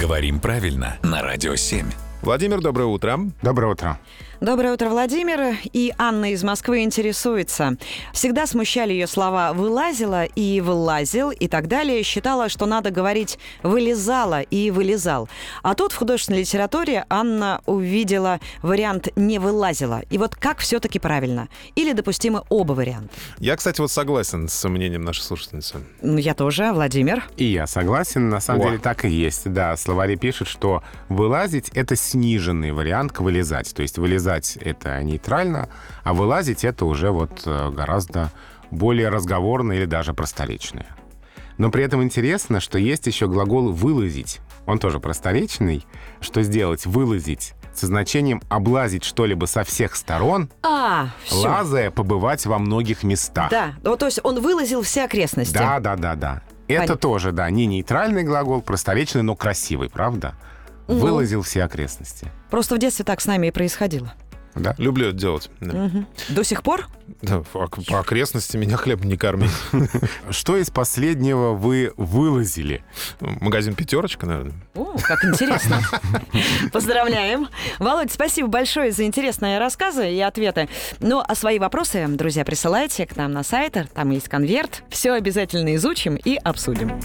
Говорим правильно на Радио 7. Владимир, доброе утро. Доброе утро. Доброе утро, Владимир. И Анна из Москвы интересуется. Всегда смущали ее слова «вылазила» и «вылазил» и так далее. Считала, что надо говорить «вылезала» и «вылезал». А тут в художественной литературе Анна увидела вариант «не вылазила». И вот как все-таки правильно? Или допустимы оба варианта? Я, кстати, вот согласен с мнением нашей слушательницы. Ну, я тоже, а Владимир. И я согласен, на самом О. деле так и есть. Да, словари пишут, что вылазить — это сниженный вариант к вылезать. То есть вылезать — это нейтрально, а вылазить — это уже вот э, гораздо более разговорное или даже просторечное. Но при этом интересно, что есть еще глагол «вылазить». Он тоже просторечный. Что сделать? Вылазить со значением «облазить что-либо со всех сторон», А, все. лазая, побывать во многих местах. Да, вот, то есть он вылазил все окрестности. Да, да, да, да. Это Понятно. тоже, да, не нейтральный глагол, просторечный, но красивый, правда? Ну. Вылазил все окрестности. Просто в детстве так с нами и происходило. Да? Люблю это делать. Да. До сих пор? Да, по, по окрестности меня хлеб не кормит. Что из последнего вы вылазили? Магазин «Пятерочка», наверное. О, как интересно. Поздравляем. Володь, спасибо большое за интересные рассказы и ответы. Ну, а свои вопросы, друзья, присылайте к нам на сайт. Там есть конверт. Все обязательно изучим и обсудим.